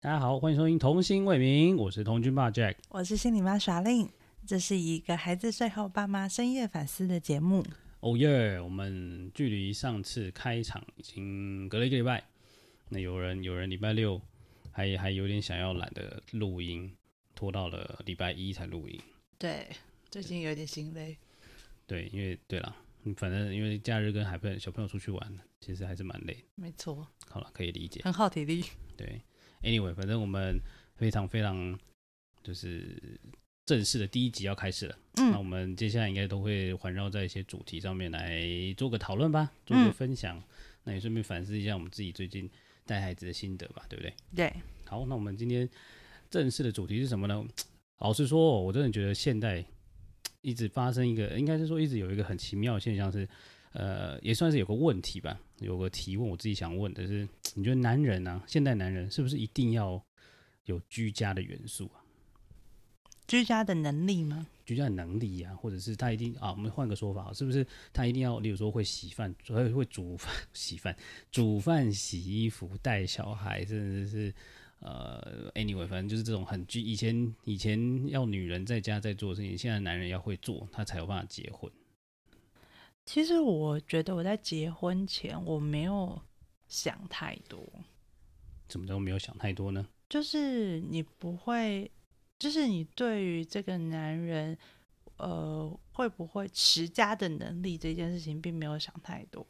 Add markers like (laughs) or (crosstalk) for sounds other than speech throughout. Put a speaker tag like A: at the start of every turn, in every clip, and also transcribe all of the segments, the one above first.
A: 大家好，欢迎收听《童心未泯》，我是童军爸 Jack。
B: 我是心理妈耍令，这是一个孩子睡后爸妈深夜反思的节目。
A: 哦耶！我们距离上次开场已经隔了一个礼拜。那有人有人礼拜六还还有点想要懒得录音，拖到了礼拜一才录音。
B: 对，最近有点心累。
A: 对，因为对了，嗯反正因为假日跟孩朋友小朋友出去玩，其实还是蛮累的。
B: 没错，
A: 好了，可以理解。
B: 很耗体力。
A: 对，anyway，反正我们非常非常就是正式的第一集要开始了。那我
B: 嗯，
A: 们接下来应该都会环绕在一些主题上面来做个讨论吧，做个
B: 嗯
A: 分享。那也顺便反思一下我们自己最近带孩子的心得吧，对不对？
B: 对，
A: 好，那我们今天正式的主题是什么呢？老实说哦，我真的觉得现代一直发生一个，应该是说一直有一个很奇妙的现象是，呃，也算是有个问题吧，有个提问，我自己想问的是，你觉得男人啊，现代男人是不是一定要有居家的元素啊？
B: 居家的能力吗？
A: 居家的能力啊，或者是他一定啊，我们换个说法好，是不是他一定要，例如说会洗饭，会会煮饭、洗饭、煮饭、洗衣服、带小孩，甚至是呃，anyway，反正就是这种很居以前以前要女人在家在做的事情，现在男人要会做，他才有办法结婚。
B: 其实我觉得我在结婚前我没有想太多，
A: 怎么都没有想太多呢？
B: 就是你不会，就是你对于这个男人，呃，会不会持家的能力这件事情，并没有想太多，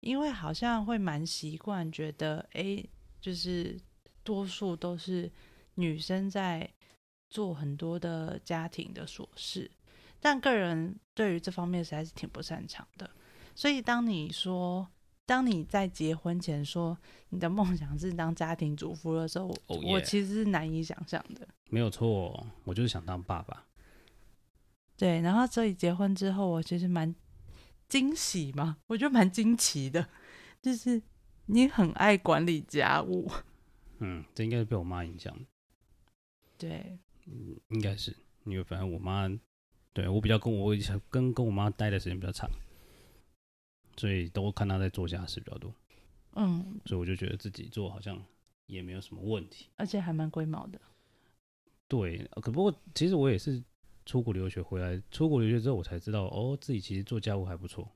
B: 因为好像会蛮习惯觉得，诶，就是多数都是女生在做很多的家庭的琐事，但个人对于这方面实在是挺不擅长的，所以当你说。当你在结婚前说你的梦想是当家庭主妇的时候，我
A: Oh
B: 我
A: yeah
B: 其实是难以想象的。
A: 没有错，我就是想当爸爸。
B: 对，然后所以结婚之后，我其实蛮惊喜嘛，我觉得蛮惊奇的，就是你很爱管理家务，
A: 嗯，这应该是被我妈影响的，
B: 对，
A: 嗯，应该是，因为反正我妈对我比较跟我跟跟我妈待的时间比较长，所以都看她在做家事比较多。
B: 嗯，
A: 所以我就觉得自己做好像也没有什么问题。
B: 而且还蛮龟毛的，
A: 对，呃可不过其实我也是出国留学回来，出国留学之后我才知道，哦，自己其实做家务还不错，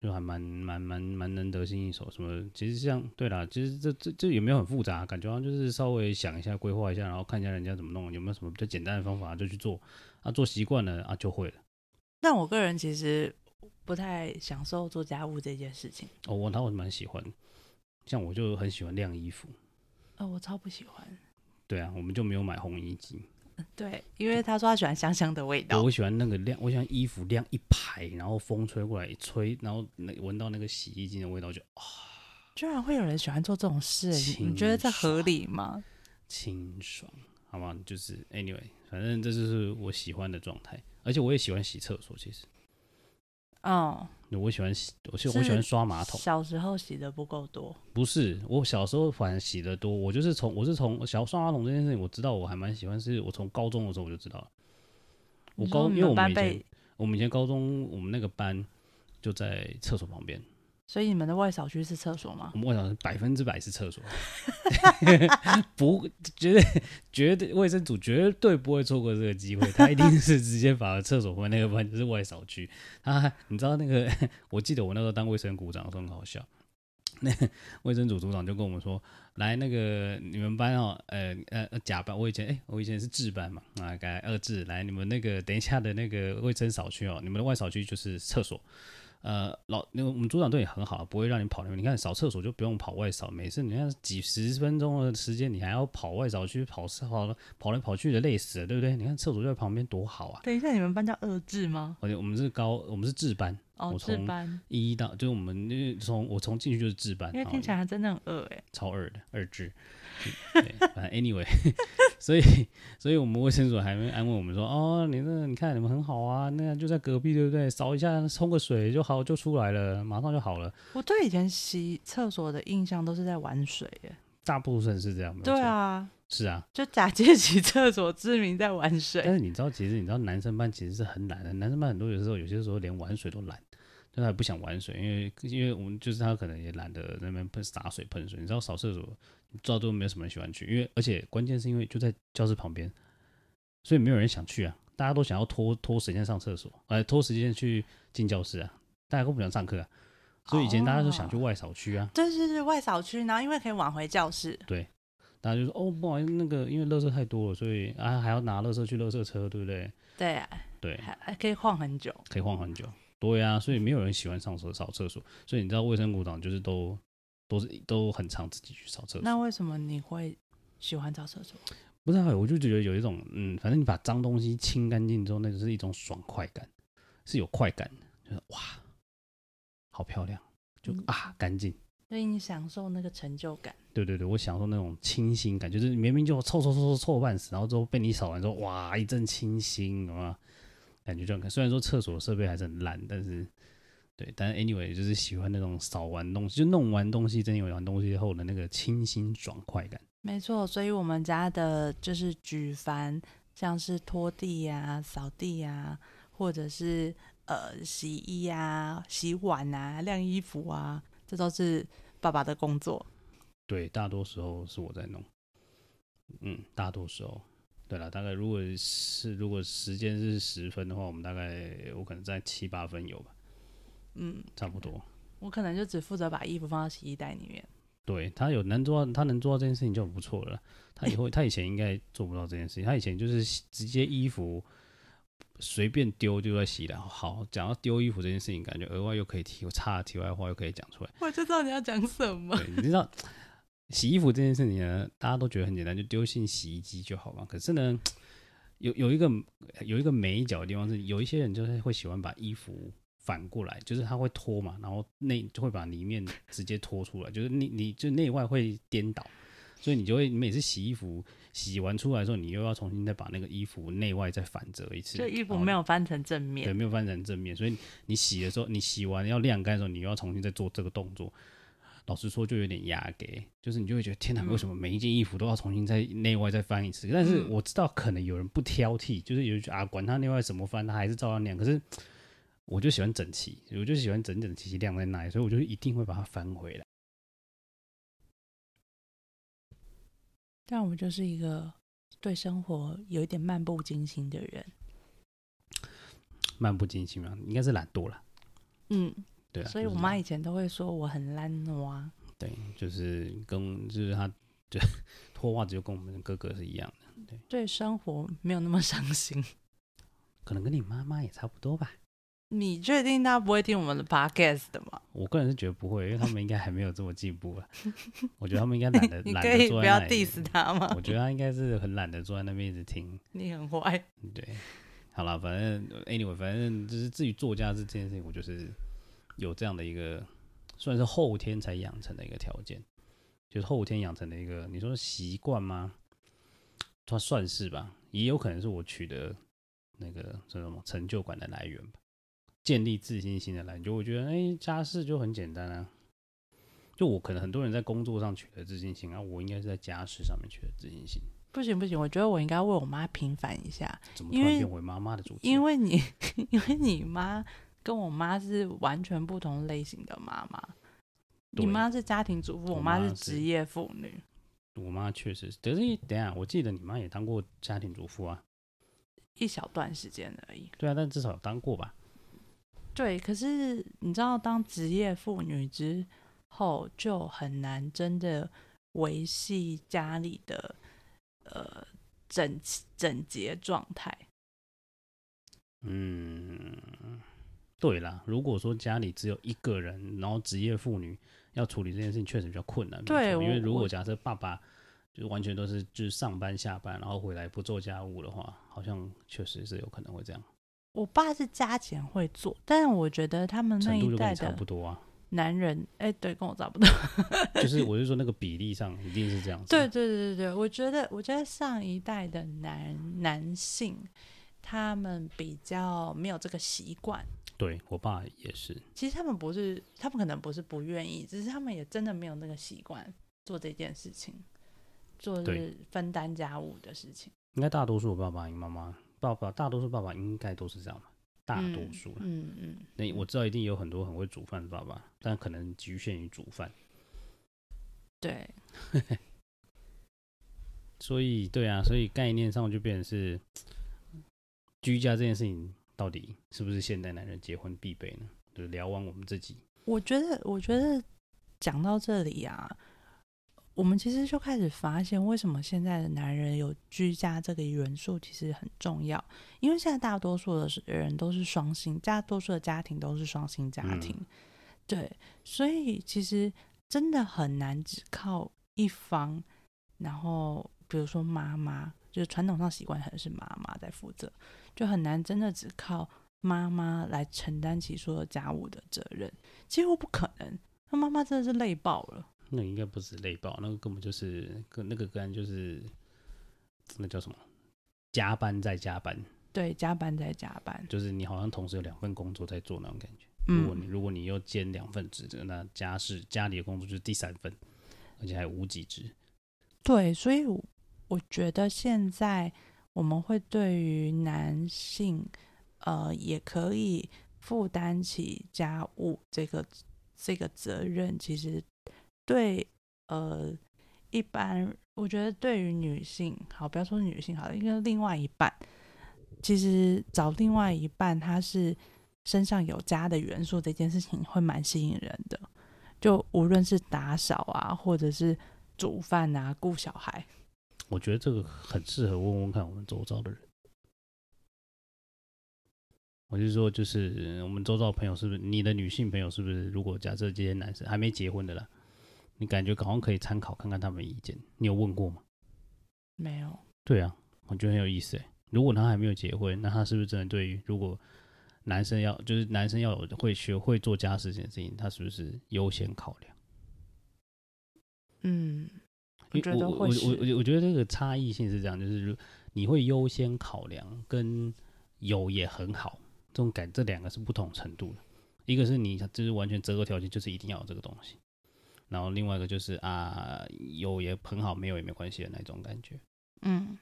A: 就还蛮蛮蛮蛮能得心应手。什么，其实像对啦，其实这这这也没有很复杂，感觉好像就是稍微想一下、规划一下，然后看一下人家怎么弄，有没有什么比较简单的方法就去做，啊，做习惯了啊就会了。
B: 但我个人其实不太享受做家务这件事情，
A: 哦，我那我蛮喜欢，像我就很喜欢晾衣服，
B: 呃，我超不喜欢，
A: 对啊，我们就没有买烘衣机。
B: 对，因为他说他喜欢香香的味
A: 对
B: 道，
A: 我喜欢那个晾，我喜欢衣服晾一排，然后风吹过来一吹，然后那闻到那个洗衣精的味道就哦
B: 居然会有人喜欢做这种事，你你觉得这
A: 清
B: 合
A: 爽
B: 理吗？
A: 清爽，好吗？就是 anyway，反正这就是我喜欢的状态，而且我也喜欢洗厕所。其实
B: 嗯，
A: 我喜欢洗，我喜
B: 是
A: 我喜欢刷马桶，
B: 小时候洗的不够多，
A: 不是我小时候反而洗的多，我就是从我是从小刷马桶这件事情，我知道我还蛮喜欢，是我从高中的时候我就知道了。我
B: 你
A: 高
B: 说
A: 因
B: 你
A: 为我
B: 们
A: 们
B: 班
A: 以前
B: 被，
A: 我们以前高中我们那个班就在厕所旁边，
B: 所以你们的外扫区是厕所吗
A: 我？们我想百分之百是厕所， (laughs) 不绝对绝对卫生组绝对不会错过这个机会，他一定是直接把厕所换那个班就是外扫区。他你知道那个， (laughs) 我记得我那时候当卫生股长的时候很好笑，那个卫生组组长就跟我们说，来那个你们班哦，呃呃呃甲班，我以前哎、我以前是制班嘛，啊改二制，来你们那个等一下的那个卫生扫区哦，你们的外扫区就是厕所。呃，老那个我们组长对你很好，不会让你跑那边。你看扫厕所就不用跑外扫，每次你看几十分钟的时间，你还要跑外扫去跑跑跑来跑去的，累死了，对不对？你看厕所就在旁边多好啊！
B: 等一下，你们班叫二制吗？
A: 而且我们是高，我们是制班，
B: 哦
A: 我，
B: 制
A: 从
B: 班，
A: 一到就是我们就是从我从进去就是制班，
B: 因为
A: 然后
B: 听起来还真的很饿哎、
A: 超二的二制，嗯对，反正 anyway，所以所以我们卫生所还会安慰我们说，哦，你那你看你们很好啊，那就在隔壁对不对？扫一下，冲个水就好，就出来了，马上就好了。
B: 我对以前洗厕所的印象都是在玩水哎、
A: 大部分是这样，没有
B: 对
A: 错，
B: 啊，
A: 是啊。
B: 就假借洗厕所之名在玩
A: 但
B: 水。
A: 是你知道，其实你知道，男生班其实是很懒的，男生班很多有时候有些时候连玩水都懒，但他也不想玩水，因为因为我们就是他可能也懒得在那边喷洒水喷水，你知道扫厕所，照都没有什么人喜欢去，因为而且关键是因为就在教室旁边，所以没有人想去啊，大家都想要拖拖时间上厕所，呃，拖时间去进教室啊，大家都不想上课啊，所以以前大家都
B: 哦
A: 想去外扫区啊，
B: 对对对，外扫区，然后因为可以晚回教室，
A: 大家就说哦不好意思，那个因为垃圾太多了，所以啊还要拿垃圾去垃圾车，对不对？
B: 对、啊，
A: 对，
B: 还还可以晃很久。
A: 可以晃很久。对啊，所以没有人喜欢上厕扫厕所，所以你知道卫生股长就是都都是都很常自己去扫厕所。
B: 那为什么你会喜欢找厕所？
A: 不知道欸，我就觉得有一种嗯，反正你把脏东西清干净之后，那就是一种爽快感，是有快感的，就是哇，好漂亮，就
B: 嗯
A: 啊干净。
B: 所以你享受那个成就感。
A: 对对对，我享受那种清新感，就是明明就臭臭臭臭臭半死，然后之后被你扫完之后，哇，一阵清新，啊，感觉就很开虽然说厕所设备还是很烂，但是对，但是 anyway 就是喜欢那种扫完东西，就弄完东西，真有完东西后的那个清新爽快感。
B: 没错，所以我们家的就是举凡像是拖地呀、扫地呀、或者是呃洗衣呀、洗碗啊、晾衣服啊，这都是爸爸的工作。
A: 对，大多时候是我在弄，嗯，大多时候。对了，大概如果是如果时间是十分的话，我们大概我可能在七八分有吧，
B: 嗯，
A: 差不多。
B: 我可能就只负责把衣服放到洗衣袋里面。 (laughs)
A: 对他有能做到，他能做到这件事情就很不错了。他以后他以前应该做不到这件事情，他以前就是直接衣服随便丢丢在洗了。好，讲到丢衣服这件事情，感觉额外又可以提差题外话，又可以讲出来。
B: 我就知道你要讲什么。
A: 对，你知道洗衣服这件事情呢，大家都觉得很简单，就丢进洗衣机就好嘛。可是呢，有有一个有一个美角的地方是，有一些人就是会喜欢把衣服反过来，就是他会脱嘛，然后内就会把里面直接脱出来，就是你你就内外会颠倒。所以你就会你每次洗衣服洗完出来的时候，你又要重新再把那个衣服内外再反折一次，
B: 就衣服
A: 然后
B: 没有翻成正
A: 对，
B: 面，
A: 没有翻成正面，所以你洗的时候，你洗完要晾干的时候，你又要重新再做这个动作。老实说，就有点压给，就是你就会觉得天哪，
B: 嗯
A: 为什么每一件衣服都要重新在内外再翻一次？但是
B: 嗯
A: 我知道可能有人不挑剔，就是有人觉得啊，管他内外怎么翻，他还是照样晾。可是我就喜欢整齐，我就喜欢整整齐齐晾在那里，所以我就一定会把它翻回来。
B: 但我就是一个对生活有一点漫不经心的
A: 啊
B: 人。
A: 漫不经心嘛，应该是懒惰了，
B: 嗯，
A: 对啊。
B: 所以
A: 就是
B: 我
A: 懒
B: 妈以前都会说我很懒惰啊。
A: 对，就是跟就是她就 (laughs) 脱袜子就跟我们哥哥是一样的，
B: 对生活没有那么上心。
A: 可能跟你妈妈也差不多吧。
B: 你确定他不会听我们的 podcast 的吗？
A: 我个人是觉得不会，因为他们应该还没有这么进步
B: (laughs)
A: 啊。我觉得他们应该懒得
B: 你
A: 懒
B: 可
A: 得
B: 以
A: 坐
B: 不
A: 在
B: 要
A: 那里。
B: diss 他吗
A: 我？觉得他应该是很懒得坐在那边一直听。
B: 你很坏。
A: 对，好了，反正 anyway，反正就是至于作家这件事情，我就是有这样的一个，算是后天才养成的一个条件，就是后天养成的一个，你说习惯吗？算算是吧，也有可能是我取得那个这种成就感的来源吧，建立自信心的来源。就我觉得，哎、家事就很简单啊。就我可能很多人在工作上取得自信心啊，我应该是在家事上面取得自信心。
B: 不行不行，我觉得我应该为我妈平反一下，
A: 怎么突
B: 因
A: 然
B: 为
A: 变回妈妈的主题？
B: 因为你 (laughs) 因为你妈跟我妈是完全不同类型的妈妈。
A: 对
B: 你妈是家庭主妇，
A: 我
B: 我妈
A: 妈
B: 是
A: 是
B: 职业妇女。
A: 我妈确实是，可是等一下，我记得你妈也当过家庭主妇啊，
B: 一小段时间而已。
A: 对啊，但至少有当过吧？
B: 对，可是你知道，当职业妇女之后，就很难真的维系家里的呃整齐整洁状态。
A: 嗯，对啦，如果说家里只有一个人，然后职业妇女要处理这件事情，确实比较困难。没
B: 对
A: 错因为
B: 我
A: 如
B: 我
A: 果假设爸爸就完全都是就是上班下班，然后回来不做家务的话，好像确实是有可能会这样，
B: 我爸是加减会做，但我觉得他们那
A: 程度就
B: 一
A: 跟
B: 代
A: 你差
B: 的
A: 不多啊。
B: 男人，哎、对，跟我差不 (laughs) 多。
A: 就是我是说那个比例上一定是这样子。啊
B: 对对对对对，我觉得，我觉得上一代的男男性，他们比较没有这个习惯。
A: 对我爸也是，
B: 其实他们不是，他们可能不是不愿意，只是他们也真的没有那个习惯做这件事情，做
A: 对
B: 是分担家务的事情。
A: 应该大多数我爸爸、你妈妈、爸爸，大多数爸爸应该都是这样吧？大多数了。
B: 嗯嗯嗯，
A: 那、我知道一定有很多很会煮饭的爸爸，但可能局限于煮饭。
B: 对，
A: 所以对啊，所以概念上就变成是居家这件事情到底是不是现代男人结婚必备呢？就是聊完我们自己，
B: 我觉得，我觉得讲到这里啊，我们其实就开始发现，为什么现在的男人有居家这个元素其实很重要，因为现在大多数的是人都是双薪，大多数的家庭都是双薪家庭，对，所以其实真的很难只靠一方，然后比如说妈妈，就是传统上习惯可能是妈妈在负责，就很难真的只靠妈妈来承担起所有家务的责任。几乎不可能。他妈妈真的是累爆了，
A: 那应该不止累爆，那个根本就是跟那个根就是那叫什么加班再加班，
B: 对，加班再加班，
A: 就是你好像同时有两份工作在做那种感觉。如果你
B: 嗯，
A: 如果你又兼两份职，那家事家里的工作就是第三份，而且还无几职。
B: 对，所以我我觉得现在我们会对于男性，呃，也可以负担起家务这个这个责任，其实对呃一般，我觉得对于女性，好，不要说女性好了，应该另外一半，其实找另外一半，他是身上有家的元素这件事情会蛮吸引人的，就无论是打扫啊，或者是煮饭啊，顾小孩，
A: 我觉得这个很适合问问看我们周遭的人。我就说，就是我们周遭的朋友是不是你的女性朋友是不是？如果假设这些男生还没结婚的啦，你感觉好像可以参考看看他们的意见。你有问过吗？
B: 没有，
A: 对啊，我觉得很有意思诶。如果他还没有结婚，那他是不是真的对于如果男生要就是男生要有会学会做家事这件事情，他是不是优先考量？
B: 嗯，我
A: 因
B: 觉
A: 为
B: 得
A: 我我
B: 会
A: 我
B: 是，
A: 我我觉得这个差异性是这样，就是如你会优先考量跟有也很好这种感，这两个是不同程度的。一个是你就是完全择偶条件就是一定要有这个东西，然后另外一个就是啊有也很好，没有也没关系的那种感觉。
B: 嗯，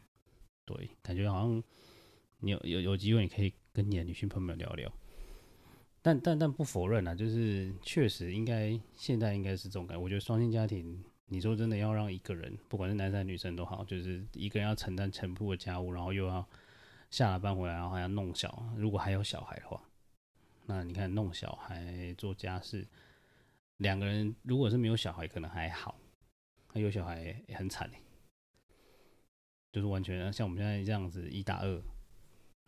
A: 对，感觉好像你有有有机会，你可以跟你的女性朋友聊聊。但但但不否认啊，就是确实应该现在应该是这种感觉。我觉得双性家庭，你说真的要让一个人，不管是男生还是女生都好，就是一个人要承担全部的家务，然后又要下了班回来，然后还要弄小，如果还有小孩的话，那你看弄小孩做家事，两个人如果是没有小孩可能还好，那有小孩也很惨欸就是完全啊像我们现在这样子一打二，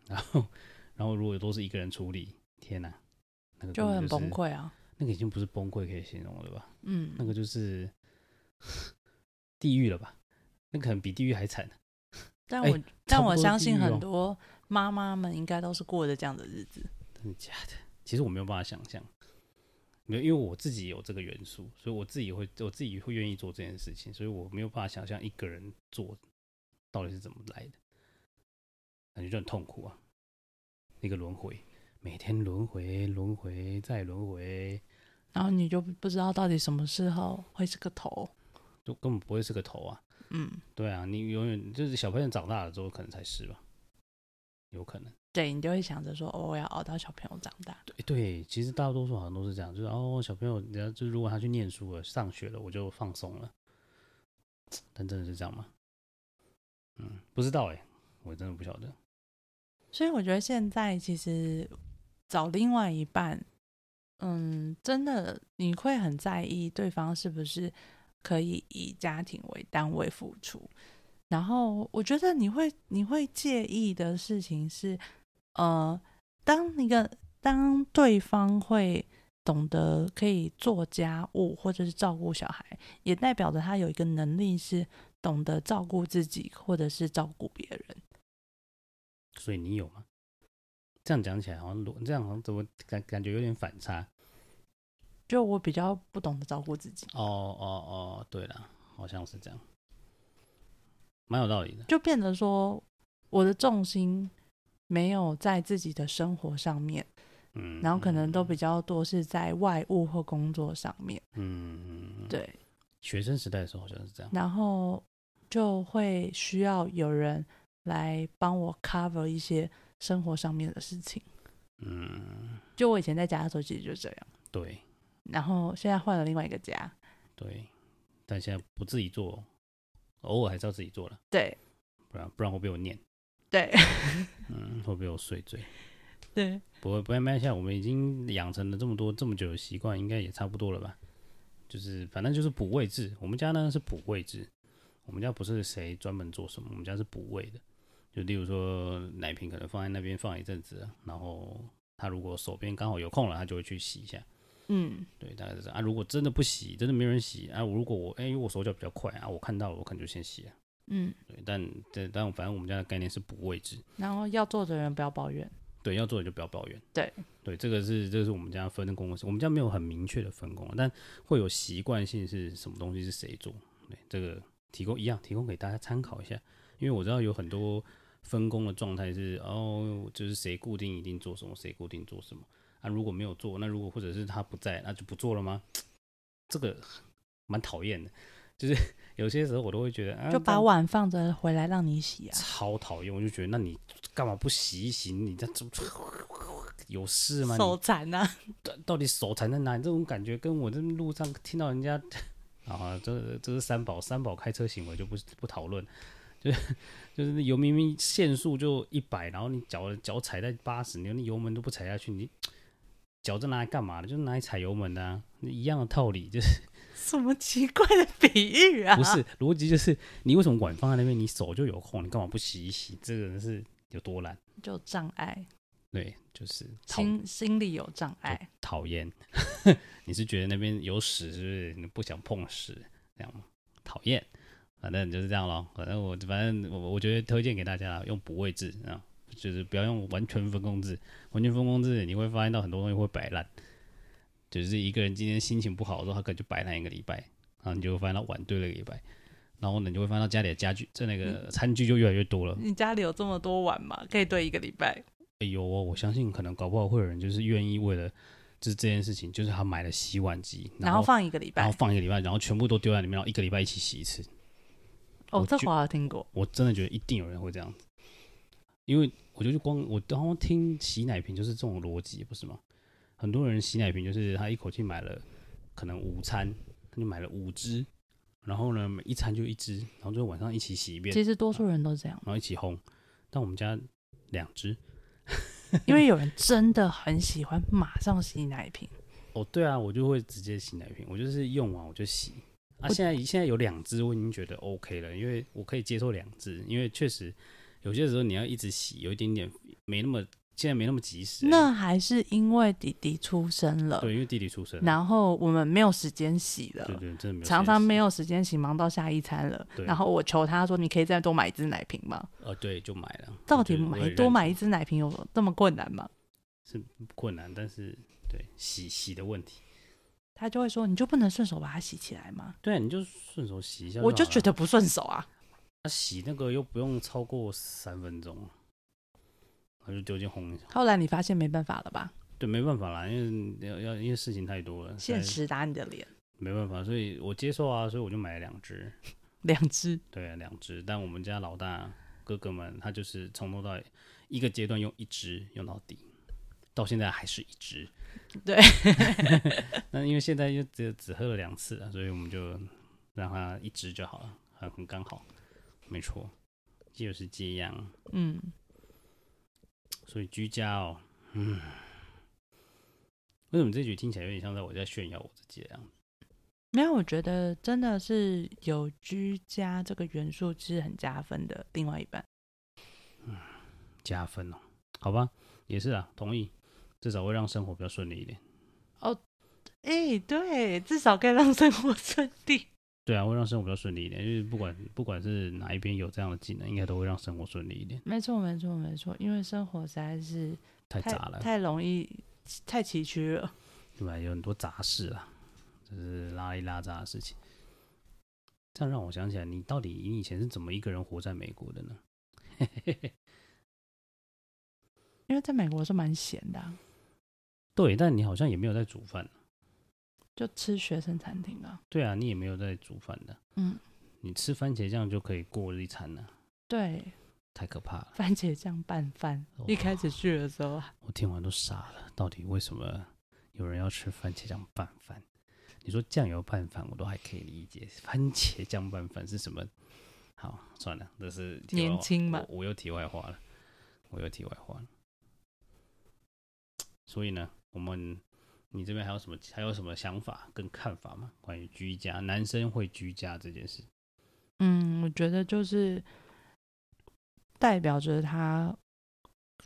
A: 然后然后如果都是一个人处理，天哪、那个
B: 就会
A: 根
B: 很
A: 本是
B: 崩，溃啊，
A: 那个已经不是崩溃可以形容了吧？
B: 嗯，
A: 那个就是 (laughs) 地狱了吧？那可能比地狱还惨。
B: 但
A: 哎
B: 我、但
A: 差不
B: 我
A: 多
B: 相
A: 地
B: 信
A: 狱哦
B: 很多妈妈们应该都是过着这样的日子，
A: 真的假的？其实我没有办法想象，没有，因为我自己有这个元素，所以我自己会，我自己会愿意做这件事情，所以我没有办法想象一个人做到底是怎么来的，感觉就很痛苦啊，一个轮回，每天轮回，轮回再轮回，
B: 然后你就不知道到底什么时候会是个头，
A: 就根本不会是个头啊。
B: 嗯，
A: 对啊，你永远就是小朋友长大了之后可能才是吧，有可能。
B: 对你就会想着说，哦，我要熬到小朋友长大，
A: 对对，其实大多数好像都是这样，就是哦，小朋友，你要就是如果他去念书了、上学了，我就放松了。但真的是这样吗？嗯，不知道哎、我真的不晓得。
B: 所以我觉得现在其实找另外一半，嗯，真的你会很在意对方是不是可以以家庭为单位付出。然后我觉得你会你会介意的事情是，呃，当一个当对方会懂得可以做家务或者是照顾小孩，也代表着他有一个能力是懂得照顾自己或者是照顾别人。
A: 所以你有吗？这样讲起来好像逻这样好像怎么感感觉有点反差？
B: 就我比较不懂得照顾自己，
A: 哦哦哦，对了，好像是这样，蛮有道理的。
B: 就变得说我的重心没有在自己的生活上面，
A: 嗯，
B: 然后可能都
A: 嗯
B: 比较多是在外务或工作上面。
A: 嗯，嗯，
B: 对，
A: 学生时代的时候好像是这样。
B: 然后就会需要有人来帮我 cover 一些生活上面的事情。
A: 嗯，
B: 就我以前在家的时候，其实就这样。
A: 对
B: 然后现在换了另外一个家，
A: 对，但现在不自己做，偶尔还是要自己做了，
B: 对
A: 不然不然会被我念，
B: 对 (laughs)
A: 嗯，会被我碎嘴。
B: 对，
A: 不会，不会，没关系啊，我们已经养成了这么多这么久的习惯，应该也差不多了吧？就是反正就是补位置，我们家呢是补位置，我们家不是谁专门做什么，我们家是补位的。就例如说奶瓶可能放在那边放一阵子，然后他如果手边刚好有空了，他就会去洗一下。
B: 嗯，
A: 对，大概是这样啊。如果真的不洗，真的没人洗啊，我如果我哎、因为我手脚比较快啊，我看到了，我可能就先洗啊。
B: 嗯，
A: 对，但但但反正我们家的概念是补位置。
B: 然后要做的人不要抱怨，
A: 对，要做的就不要抱怨。
B: 对
A: 对，这个是这个是我们家分工的事，我们家没有很明确的分工，啊但会有习惯性是什么东西是谁做。对，这个提供一样提供给大家参考一下，因为我知道有很多分工的状态是哦，就是谁固定一定做什么，谁固定做什么。啊，如果没有做，那如果或者是他不在，那就不做了吗？这个蛮讨厌的，就是 (laughs) 有些时候我都会觉得啊，
B: 就把
A: 但
B: 碗放着回来让你洗啊。
A: 超讨厌，我就觉得那你干嘛不洗一洗？你这有事吗？你
B: 手残啊！
A: 到到底手残在哪里？这种感觉跟我在路上听到人家啊，这这是三宝三宝开车行为就不不讨论， (laughs) 就是就是油明明限速就一百，然后你脚脚踩在八十，你你油门都不踩下去，你脚在拿来干嘛的？就是拿来踩油门的、啊，一样的道理，就是
B: 什么奇怪的比喻啊？
A: 不是逻辑，就是你为什么碗放在那边，你手就有空，你干嘛不洗一洗？这个人是有多懒？
B: 就障碍，
A: 对，就是讨
B: 心心里有障碍。
A: 讨厌。 (laughs) 你是觉得那边有屎是不是？你不想碰屎这样吗？讨厌。反正就是这样咯。反正我反正我我觉得推荐给大家啦用补位制啊，就是不要用完全分工制。完全分工制你会发现到很多东西会摆烂，就是一个人今天心情不好的时候，他可能就摆烂一个礼拜，然后你就会发现到碗堆了一个礼拜。然后呢，你就会发现到家里的家具，这那个餐具就越来越多了。
B: 你家里有这么多碗吗？可以堆一个礼拜？
A: 哎呦哦，我相信可能搞不好会有人就是愿意为了就是这件事情，就是他买了洗碗机，
B: 然后放一个礼
A: 然后
B: 拜？
A: 放一个礼拜，然后全部都丢在里面，然后一个礼拜一起洗一次。
B: 哦
A: 我，
B: 这
A: 就
B: 个我好像听过。
A: 我真的觉得一定有人会这样子，因为我就光我好像听洗奶瓶就是这种逻辑，不是吗？很多人洗奶瓶就是他一口气买了可能午餐，他就买了五只，然后呢每一餐就一只，然后最后晚上一起洗一遍，
B: 其实多数人
A: (laughs)
B: 都这样，
A: 然后一起烘。但我们家两只，
B: 因为有人真的很喜欢马上洗奶瓶。
A: 哦对啊，我就会直接洗奶瓶，我就是用完我就洗。啊，
B: 我
A: 现在现在有两只，我已经觉得 OK 了，因为我可以接受两只，因为确实有些时候你要一直洗，有一点点没那么现在没那么及时。
B: 那还是因为弟弟出生了，
A: 对，因为弟弟出生了，
B: 然后我们没有时间洗了。
A: 对对，真的没有时间洗，
B: 常常没有时间洗，忙到下一餐了
A: 对。
B: 然后我求他说：“你可以再多买一支奶瓶吗
A: 呃，对，就买了。？”
B: 到底
A: 我觉得我也
B: 买
A: 认
B: 多买一支奶瓶有这么困难吗？
A: 困难，但是对洗洗的问题，
B: 他就会说：“你就不能顺手把它洗起来吗
A: 对啊，你就顺手洗一下？”好了。
B: 我就觉得不顺手啊。
A: 啊洗那个又不用超过三分钟，啊然后就丢进烘一下。
B: 后来你发现没办法了吧？
A: 对，没办法啦，因为要要因为事情太多了，
B: 现
A: 实。
B: 实打你的脸，
A: 没办法，所以我接受啊，所以我就买了两只，
B: 两只
A: 对、啊，两只。但我们家老大哥哥们，他就是从头到尾一个阶段用一只用到底，到现在还是一只。
B: 对，
A: (laughs) 那因为现在又只只喝了两次啊，所以我们就让他一只就好了，很很刚好，没错，就是这样。
B: 嗯，
A: 所以居家哦，嗯，为什么这局听起来有点像在我在炫耀我自己的啊样子？
B: 没有，我觉得真的是有居家这个元素是很加分的。另外一半，
A: 加分哦，好吧，也是啊，同意，至少会让生活比较顺利一点。
B: 哎、对，至少可以让生活顺利。
A: 对啊，会让生活比较顺利一点，因为不管不管是哪一边有这样的技能，应该都会让生活顺利一点。
B: 没错，没错，没错，因为生活实在是
A: 太
B: 太
A: 杂了，
B: 太容易太崎岖了。
A: 对吧？有很多杂事啊，就是拉里拉杂的事情。这样让我想起来，你到底你以前是怎么一个人活在美国的呢？
B: 因为在美国是蛮闲的啊、
A: 对，但你好像也没有在煮饭，
B: 就吃学生餐厅啊。
A: 对啊，你也没有在煮饭的，
B: 嗯，
A: 你吃番茄酱就可以过一餐了、
B: 对，
A: 太可怕了。
B: 番茄酱拌饭。
A: 哇
B: 一开始去的时候，
A: 我听完都傻了，到底为什么有人要吃番茄酱拌饭？你说酱油拌饭我都还可以理解，番茄酱拌饭是什么？好，算了，这是题外话
B: 年轻嘛
A: 我我又题外话了，我又题外话了。所以呢，我们你这边还有什么还有什么想法跟看法吗？关于居家，男生会居家这件事，
B: 嗯，我觉得就是代表着他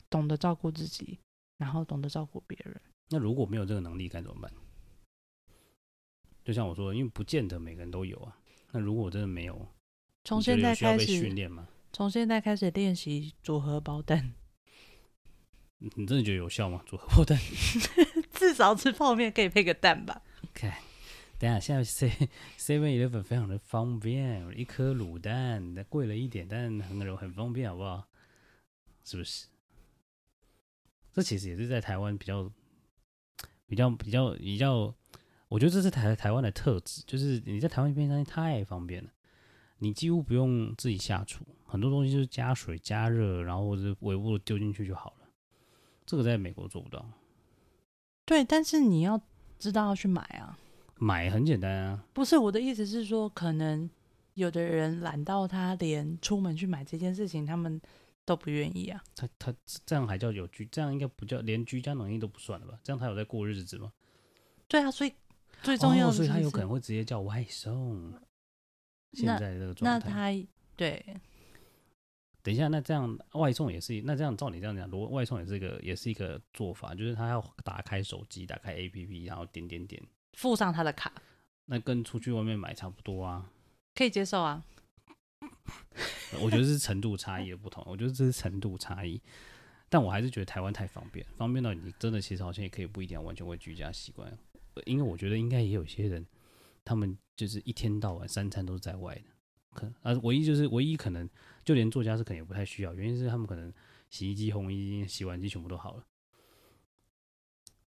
B: 懂得照顾自己，然后懂得照顾别人。
A: 那如果没有这个能力该怎么办？就像我说的，因为不见得每个人都有啊。那如果我真的没有，
B: 从
A: 你觉
B: 现
A: 得有
B: 在
A: 需要
B: 开
A: 被训
B: 始，
A: 练吗？
B: 从现在开始练习组合包蛋， (laughs)
A: 你你真的觉得有效吗？组合破蛋？
B: 至少吃泡面可以配个蛋吧。
A: 等一下，现在 C (laughs) Seven Eleven 非常的方便，一颗卤蛋贵了一点，但很容很方便，好不好？是不是？这其实也是在台湾比较、比较、比较、比较，我觉得这是台台湾的特质，就是你在台湾便利商店太方便了，你几乎不用自己下厨，很多东西就是加水、加热，然后或者是微波炉丢进去就好了。这个在美国做不到，
B: 对，但是你要知道要去买啊。
A: 买很简单啊，
B: 不是我的意思是说，可能有的人懒到他连出门去买这件事情，他们都不愿意啊。
A: 他他这样还叫有居？这样应该不叫连居家能力都不算了吧？这样他有在过日子吗？
B: 对啊，所以最重要
A: 哦，
B: 的是、
A: 所以他有可能会直接叫外送。现
B: 那
A: 在这个状
B: 那
A: 态，
B: 他对
A: 等一下，那这样外送也是那这样，照你这样讲，如果外送也是一个也是一个做法，就是他要打开手机，打开 APP，然后点点点，
B: 附上他的卡
A: 那跟出去外面买差不多啊。
B: 可以接受啊。
A: 我觉得是程度差异的不同，我觉得这是程度差异。但我还是觉得台湾太方便，方便到你真的其实好像也可以不一定要完全会居家习惯，呃因为我觉得应该也有些人，他们就是一天到晚三餐都是在外的，可啊唯一就是唯一可能就连做家事可能也不太需要，原因是他们可能洗衣机、烘衣机、洗碗机全部都好了。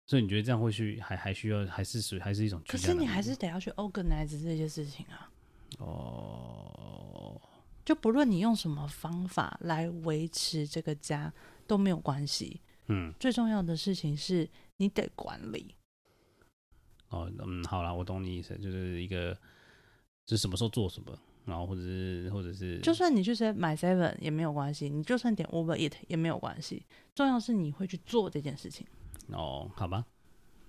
A: 所以你觉得这样会去还还需要还是属于还是一种居
B: 可
A: 家
B: 是
A: 能力
B: 你还是得要去 organize 这些事情啊。
A: 哦，
B: 就不论你用什么方法来维持这个家都没有关系，
A: 嗯
B: 最重要的事情是你得管理。
A: 哦，嗯，好啦，我懂你意思，就是一个就是什么时候做什么，然后或者是或者是
B: 就算你去 se- 买 seven 也没有关系，你就算点 Uber Eat 也没有关系，重要是你会去做这件事情。
A: 哦，好吧，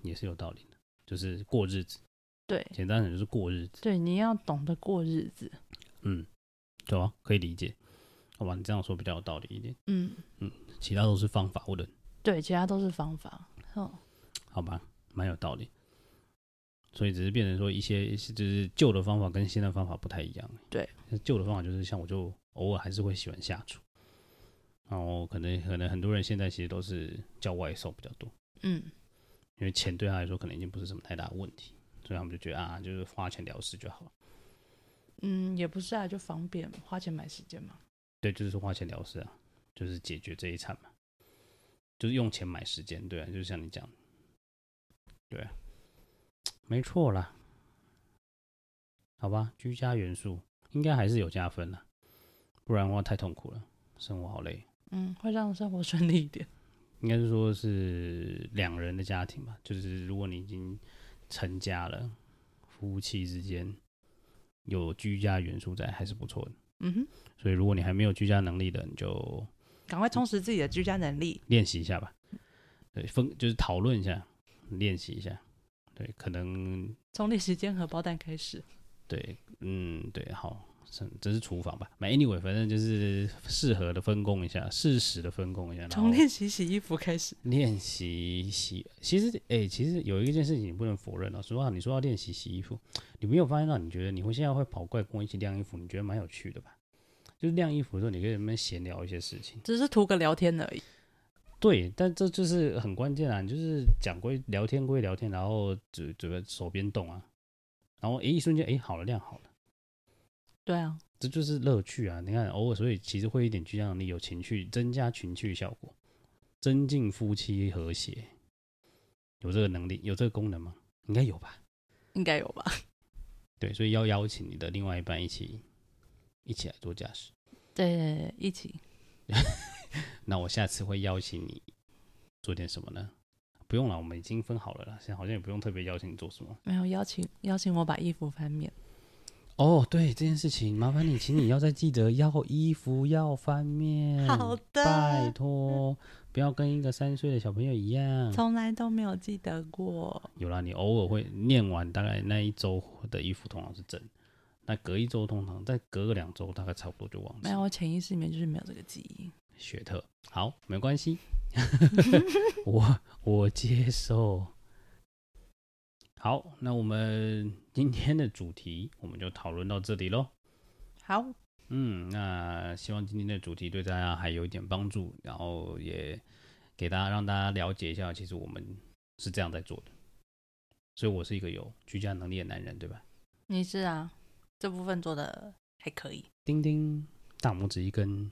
A: 也是有道理的，就是过日子，
B: 对
A: 简单的就是过日子，
B: 对，你要懂得过日子。
A: 嗯，对啊，可以理解，好吧，你这样说比较有道理一点，
B: 嗯，
A: 其他都是方法论，
B: 对，其他都是方法。哦，
A: 好吧，蛮有道理，所以只是变成说一些就是旧的方法跟新的方法不太一样，
B: 对，
A: 旧的方法就是像我就偶尔还是会喜欢下厨，然后可能可能很多人现在其实都是叫外送比较多。
B: 嗯，
A: 因为钱对他来说可能已经不是什么太大的问题，所以他们就觉得啊，就是花钱了事就好了。
B: 嗯，也不是啊，就方便花钱买时间嘛。
A: 对，就是花钱了事啊，就是解决这一餐嘛，就是用钱买时间，对啊，就是像你讲的，对啊，没错啦，好吧，居家元素应该还是有加分啦，不然的话太痛苦了，生活好累。
B: 嗯，会让生活顺利一点。
A: 应该是说是两人的家庭吧，就是如果你已经成家了，夫妻之间有居家元素在，还是不错的。
B: 嗯哼，
A: 所以如果你还没有居家能力的，你就
B: 赶快充实自己的居家能力。
A: 练习一下吧。对，分就是讨论一下，练习一下。对，可能
B: 从历史间荷包蛋开始。
A: 对，嗯，对，好，是这是厨房吧。买 anyway，反正就是适合的分工一下，适时的分工一下，然后
B: 从练习洗衣服开始。
A: 练习洗，其实哎、其实有一件事情你不能否认哦。实话，你说要练习洗衣服，你没有发现到？你觉得你会现在会跑过来跟我一起晾衣服，你觉得蛮有趣的吧？就是晾衣服的时候，你可以在那边闲聊一些事情。
B: 只是图个聊天而已。
A: 对，但这就是很关键啊！你就是讲归聊天归聊天，然后嘴嘴巴手边动啊，然后哎、一瞬间哎、好了晾好了，
B: 对啊，
A: 这就是乐趣啊！你看偶尔，所以其实会一点居家能力，有情趣，增加情趣效果，增进夫妻和谐，有这个能力，有这个功能吗？应该有吧。
B: 应该有吧？ (laughs)
A: 对，所以要邀请你的另外一半一起一起来做家事。
B: 对，一起。
A: 那我下次会邀请你做点什么呢？不用了，我们已经分好了啦，现在好像也不用特别邀请你做什么。
B: 没有邀请邀请我把衣服翻面，
A: 哦，对这件事情，麻烦你，请你要再记得要衣服要翻面，
B: 好的
A: 嗯拜托，不要跟一个三岁的小朋友一样。
B: (laughs) 从来都没有记得过。
A: 有啦，你偶尔会念完，大概那一周的衣服通常是正，那隔一周通常再隔个两周，大概差不多就忘记
B: 没。有，我潜意识里面就是没有这个记
A: (laughs)
B: 忆。
A: 雪特，好，没关系，我我接受。好，那我们今天的主题我们就讨论到这里喽。
B: 好，
A: 嗯，那希望今天的主题对大家还有一点帮助，然后也给大家让大家了解一下，其实我们是这样在做的。所以我是一个有居家能力的男人，对吧？
B: 你是啊，这部分做的还可以。
A: 叮叮，大拇指一根。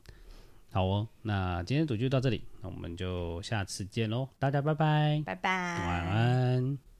A: 好哦，那今天的主题就到这里，那我们就下次见喽，大家拜拜，
B: 拜拜，
A: 晚安。